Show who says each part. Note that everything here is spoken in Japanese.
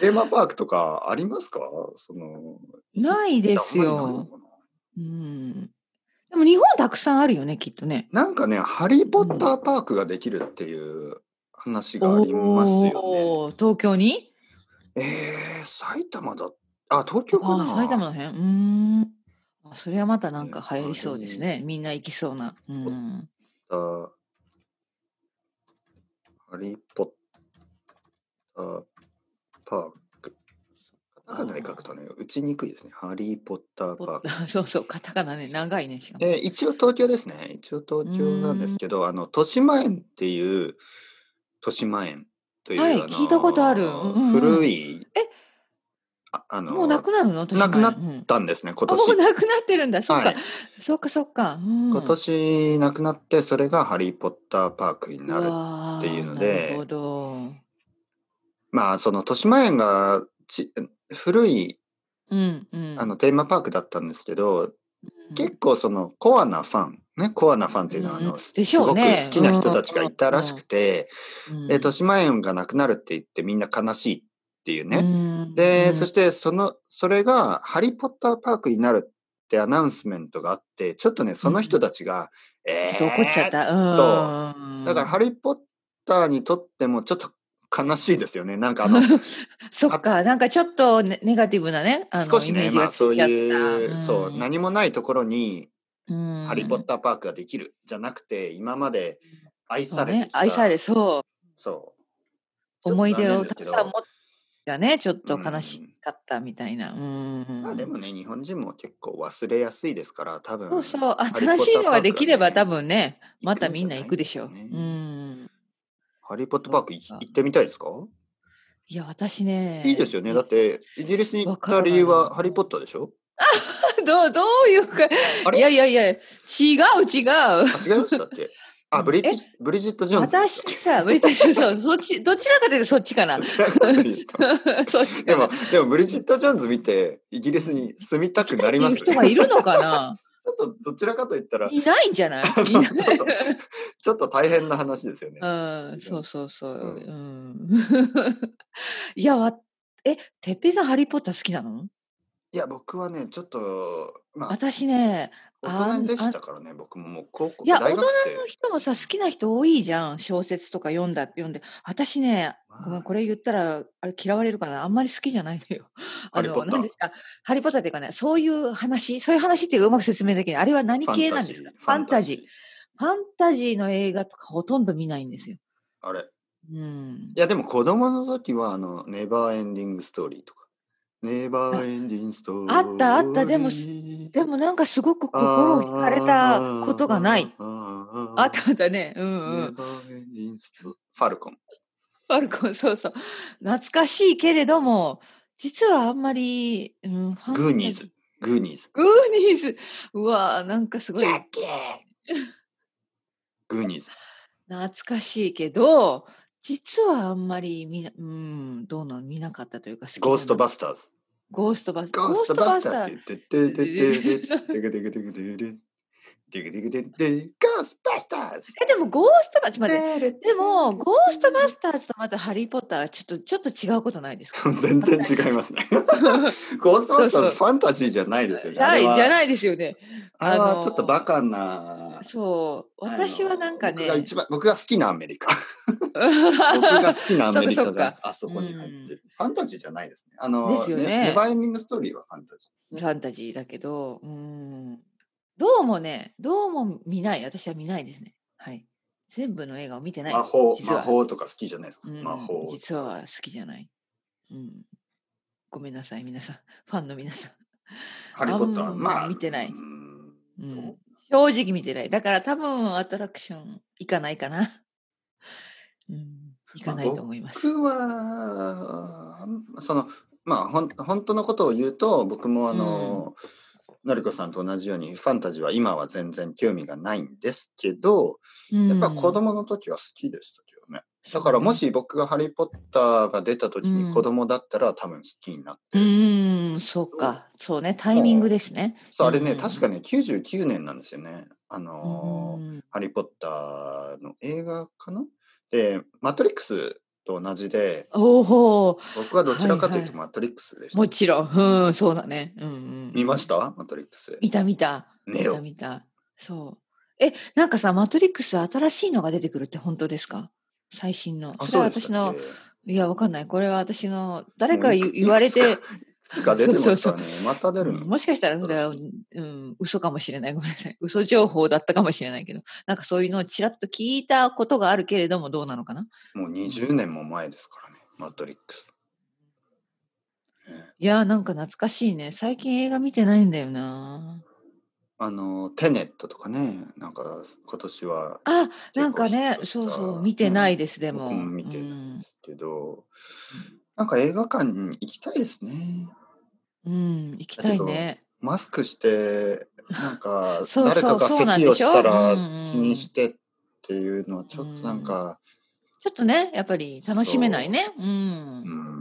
Speaker 1: テーマパークとかありますかその。
Speaker 2: ないです
Speaker 1: あんまりないの
Speaker 2: よ。
Speaker 1: かな
Speaker 2: うん。でも日本たくさんあるよね、きっとね。
Speaker 1: なんかね、ハリー・ポッターパークができるっていう話がありますよね。
Speaker 2: おー東京に
Speaker 1: えー、埼玉だ。あ、東京か
Speaker 2: あ
Speaker 1: な
Speaker 2: ー埼玉の辺うーん。あそれはまたなんか
Speaker 1: ね
Speaker 2: 流行りそうですね。みんな行きそうな。うん。
Speaker 1: あハリー・ポッターパーク。カタカナで書くとね、打ちにくいですね。ハリー・ポッターパーク。
Speaker 2: そうそう、カタカナね、長いね、しかも。
Speaker 1: えー一応東京ですね。一応東京なんですけど、あの、豊島園っていう、豊島園という、
Speaker 2: はい
Speaker 1: あの
Speaker 2: 聞いたことあるうんうんうん
Speaker 1: 古い、
Speaker 2: え
Speaker 1: ああの、
Speaker 2: もうなくなるの豊島園
Speaker 1: なくなっ
Speaker 2: うん
Speaker 1: ったんですね、今
Speaker 2: あもう
Speaker 1: 年。
Speaker 2: なくなってるんだ。そっか、
Speaker 1: はい
Speaker 2: そっか、そっか。うん
Speaker 1: 今年なくなって、それがハリー・ポッターパークになる。
Speaker 2: る
Speaker 1: っていうので
Speaker 2: なるほど。
Speaker 1: まあ、その、豊島園がち古い
Speaker 2: うんうん。
Speaker 1: あのテーマパークだったんですけど、
Speaker 2: うん、
Speaker 1: 結構そのコアなファン、ね、コアなファンっていうのはあの、
Speaker 2: うん
Speaker 1: す
Speaker 2: でし
Speaker 1: す
Speaker 2: ょ
Speaker 1: ご
Speaker 2: う
Speaker 1: く
Speaker 2: ね
Speaker 1: 好きな人たちがいたらしくて、
Speaker 2: うん
Speaker 1: で、豊島園がなくなるって言ってみんな悲しいっていうね。
Speaker 2: うん
Speaker 1: で、
Speaker 2: うん
Speaker 1: そしてその、それがハリー・ポッターパークになるってアナウンスメントがあって、ちょっとね、その人たちが、え
Speaker 2: ちょっ
Speaker 1: ー
Speaker 2: と怒っちゃった。うん。
Speaker 1: だから、ハリー・ポッターにとってもちょっと悲しいですよね。なんかあの、
Speaker 2: そっか、なんかちょっとネネガティブなね、 あの
Speaker 1: 少し
Speaker 2: イメ
Speaker 1: ね、
Speaker 2: ージ
Speaker 1: ま
Speaker 2: が
Speaker 1: あそう
Speaker 2: ついちゃった
Speaker 1: いう、そう、何もないところに、
Speaker 2: うん
Speaker 1: ハリー・ポッターパークができる、じゃなくて、今まで愛
Speaker 2: そ
Speaker 1: さ
Speaker 2: う
Speaker 1: れて
Speaker 2: ね
Speaker 1: き、た。
Speaker 2: 愛されそ
Speaker 1: そう。
Speaker 2: う。思い出を
Speaker 1: ちょっ
Speaker 2: た
Speaker 1: と残念です
Speaker 2: く
Speaker 1: けど
Speaker 2: さん持ったね、ちょっと悲しかったみたいな。うん。
Speaker 1: まあでもね、日本人も結構忘れやすいですから、多分。
Speaker 2: そうそう、
Speaker 1: ハリー
Speaker 2: 新しいのができれば
Speaker 1: ポッタ
Speaker 2: 多
Speaker 1: ーパークはね
Speaker 2: 分ね、また
Speaker 1: 行くんじゃ
Speaker 2: みん
Speaker 1: な
Speaker 2: ない行くでしょう。
Speaker 1: ですかね
Speaker 2: うん。
Speaker 1: ハリー・ポッターパークい行ってみたいですか
Speaker 2: いや、私ね。
Speaker 1: いいですよね。だっ。て、イギリスに行っ
Speaker 2: わから
Speaker 1: た
Speaker 2: ない
Speaker 1: 理由はハリー・ポッターでしょ
Speaker 2: どう、どういうか。
Speaker 1: あ
Speaker 2: い
Speaker 1: れ
Speaker 2: やいやいや、違う違 う。
Speaker 1: あ、違いましたっ けあ、ブリティブリジット・ジョーンズで
Speaker 2: 私
Speaker 1: すか。
Speaker 2: さ、別にそう、そっち、どちらかというとそっち かな。
Speaker 1: どちらかというと
Speaker 2: そっち
Speaker 1: で
Speaker 2: か
Speaker 1: も
Speaker 2: な。、
Speaker 1: でもブリジット・ジョーンズ見て、イギリスに住みたくなります
Speaker 2: 行きたいっていう 人がいるのかな
Speaker 1: ちょっとどちらかと言ったら、
Speaker 2: いないんじゃないい
Speaker 1: ちょ
Speaker 2: な
Speaker 1: っ
Speaker 2: い
Speaker 1: とちょっと大変な話ですよね。
Speaker 2: うん、そうそうそうう。うん。 いや、わ、え、てっぺいさん、ハリー・ポッター好きなの
Speaker 1: いや、僕はね、ちょっと、まあ、
Speaker 2: 私ね、
Speaker 1: 大人にでき
Speaker 2: あ
Speaker 1: たからね、僕ももう高校、
Speaker 2: いや、大
Speaker 1: 大
Speaker 2: 人
Speaker 1: 学
Speaker 2: の人もさ、好きな人多いじゃん。小説とか読んだ、読んで。私ね、ごめん、
Speaker 1: 生。
Speaker 2: これ言ったら、あれ嫌われるかな。あんまり好きじゃない のよ。
Speaker 1: ハ
Speaker 2: あ
Speaker 1: リーポッタ
Speaker 2: の、
Speaker 1: ー
Speaker 2: なんですか、ハリー・ポッターっていうかね、そういう話、そういう話っていうかうまく説明できない。あれは何系なんですかファンタジー。ファンタジーの映画とかほとんど見ないんですよ。
Speaker 1: あれ。
Speaker 2: うん
Speaker 1: い。や、でも子供の時は、あの、ネバーエンディングストーリーとか。ネバーエンディングストーリー。
Speaker 2: あったあったでもでもなんかすごく心を惹かれたことがない。
Speaker 1: あー
Speaker 2: あったあったね。うんう
Speaker 1: ネ
Speaker 2: ん。
Speaker 1: バーエンディングストーリー。ファルコン。
Speaker 2: ファルコン、 そうそう。懐かしいけれども、実はあんまり、うん、ファンタジ
Speaker 1: グーニーズ。。グーニーズ。
Speaker 2: グーニーズ。うわーなんかすごい
Speaker 1: ジャッキーグーニーズ。
Speaker 2: 懐かしいけど、実はあんまり見な、うん、どうなの見なかったというか、好きじゃない
Speaker 1: ゴーストバスターズ。
Speaker 2: ゴーストバス
Speaker 1: ゴーストバスター
Speaker 2: ゴ
Speaker 1: っ
Speaker 2: ス
Speaker 1: て言って、てててててててててててててゴーストバスターズ。
Speaker 2: え、でもゴーストバス、待って。でも、ゴーストバスターズとまたハリー・ポッターはちょっと、ちょっと違うことないですか
Speaker 1: 全然違いますね。ゴーストバスターズ
Speaker 2: そう
Speaker 1: ファンタジーじゃないですよね。
Speaker 2: ないじゃ
Speaker 1: い。
Speaker 2: ないですよね。
Speaker 1: あれは
Speaker 2: あの
Speaker 1: ちょっとバカな。
Speaker 2: そう、私
Speaker 1: あ
Speaker 2: は
Speaker 1: の
Speaker 2: なんかね、
Speaker 1: 僕が一番、僕が好きなアメリ カ。僕が
Speaker 2: う
Speaker 1: 好きなアメリ
Speaker 2: そ
Speaker 1: カ
Speaker 2: っかそっ
Speaker 1: が
Speaker 2: か
Speaker 1: あそこに入ってる。ファンタジーじゃないですね。あの
Speaker 2: で、すよね
Speaker 1: ねネバーエンディングストーリーはファンタジ
Speaker 2: んファンタジーだけど、うん、どうもね、どうも見ない、私は見ないですね。はい。全部の映画を見てな
Speaker 1: ー。
Speaker 2: い。
Speaker 1: 魔法、
Speaker 2: 実は
Speaker 1: 魔法とか好きじゃないですか。
Speaker 2: うん
Speaker 1: 魔法。
Speaker 2: 実は好きじゃない。うん。ごめんなさい、皆さん。 ファンの皆さん。
Speaker 1: ハリー・ポッター。
Speaker 2: あん
Speaker 1: まあ。
Speaker 2: 見てない
Speaker 1: うん
Speaker 2: うん正直見てない。だから多分アトラクション行かないかな。うん。行かないと思います。
Speaker 1: 僕はそのまあほん本当のことを言うと僕もあの、のりこさんと同じようにファンタジーは今は全然興味がないんですけどやっぱ子供の時は好きでしたけどね、だからもし僕が「ハリー・ポッター」が出た時
Speaker 2: う
Speaker 1: に
Speaker 2: ん
Speaker 1: 子供だったら多分好きになって
Speaker 2: う
Speaker 1: る、
Speaker 2: ん、そうか。そうね、タイミングですね。
Speaker 1: そうあれね、
Speaker 2: うん
Speaker 1: 確かね99年なんですよねあのー
Speaker 2: うん
Speaker 1: ハリー・ポッター」の映画かなで「マトリックス」と同じで、
Speaker 2: おお、
Speaker 1: 僕はどちらかという
Speaker 2: はい
Speaker 1: と
Speaker 2: は
Speaker 1: マトリックスでした。
Speaker 2: もちろん。うん、そうだね。うん、うん。
Speaker 1: 見ましたマトリックス。
Speaker 2: 見た見た。
Speaker 1: ね
Speaker 2: 見
Speaker 1: よ
Speaker 2: た見た。そう。え、なんかさ、マトリックス新しいのが出てくるって本当ですか最新の。
Speaker 1: あ、そ
Speaker 2: それ
Speaker 1: う
Speaker 2: は
Speaker 1: でし
Speaker 2: 私
Speaker 1: たっ
Speaker 2: の
Speaker 1: け、
Speaker 2: いや、わかんない。これは私の、誰か
Speaker 1: もういく
Speaker 2: 言言われて、。
Speaker 1: つか出てま
Speaker 2: そう
Speaker 1: した
Speaker 2: そう
Speaker 1: ね。また出る
Speaker 2: う
Speaker 1: の
Speaker 2: んもしかしたらそれは、うん、嘘かもしれない。ごめんなさい。嘘情報だったかもしれないけど、なんかそういうのをちらっと聞いたことがあるけれども、どうなのかな
Speaker 1: もう20年も前ですからね、マトリックス。ね
Speaker 2: いやー、なんか懐かしいね。最近映画見てないんだよな。
Speaker 1: あの、テネットとかね、なんか今年は
Speaker 2: あ、
Speaker 1: 結構
Speaker 2: なんかね
Speaker 1: ヒッ、トした
Speaker 2: そうそう、見てないです、でも。
Speaker 1: 僕も見て
Speaker 2: う
Speaker 1: ない
Speaker 2: ん
Speaker 1: で、すけど、なんか映画館に行きたいですね。
Speaker 2: うん、行きたいね。
Speaker 1: マスクして、なんか
Speaker 2: そうそ
Speaker 1: 誰
Speaker 2: う
Speaker 1: かが
Speaker 2: そうなんで
Speaker 1: 咳を
Speaker 2: し
Speaker 1: し
Speaker 2: ょ
Speaker 1: たら
Speaker 2: うんうん
Speaker 1: 気にしてっていうのはちょっとなんか、
Speaker 2: ちょっとね、やっぱり楽しめないね。う
Speaker 1: う
Speaker 2: ん。
Speaker 1: ん